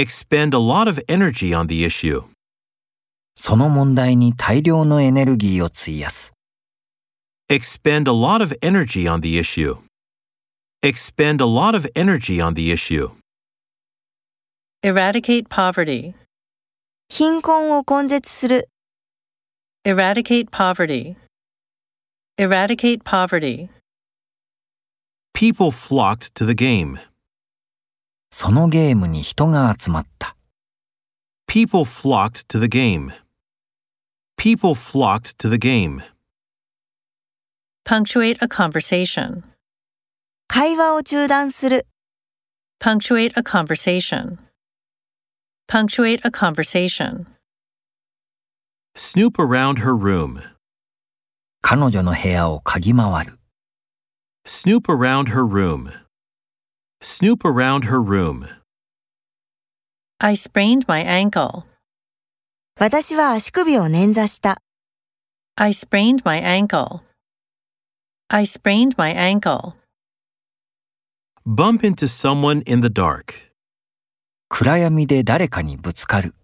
expend a lot of energy on the issue. その問題に大量のエネルギーを費やす。 expend a lot of energy on the issue. Expend a lot of energy on the issue. Eradicate poverty. 貧困を根絶する。 Eradicate poverty. Eradicate poverty. People flocked to the game. そのゲームに人が集まった。 People flocked to the game. People flocked to the game. Punctuate a conversation. 会話を中断する。 Punctuate a conversation. Punctuate a conversation. Snoop around her room. 彼女の部屋を嗅ぎ回る。 Snoop around her room. Snoop around her room. I sprained my ankle. 私は足首を捻挫した。 I sprained my ankle. I sprained my ankle. Bump into someone in the dark. 暗闇で誰かにぶつかる。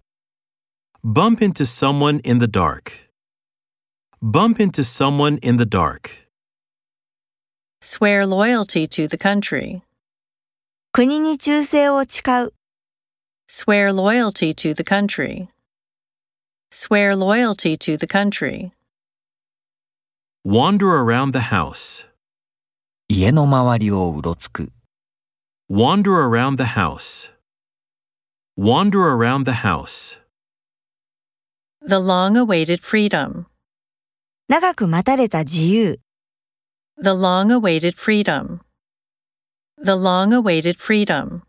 Bump into someone in the dark. Bump into someone in the dark. Swear loyalty to the country. 国に忠誠を誓う。 Swear loyalty to the country. Swear loyalty to the country. Wander around the house. 家の周りをうろつく。 Wander around the house. Wander around the house. The long awaited freedom. 長く待たれた自由。 The long awaited freedom. The long awaited freedom.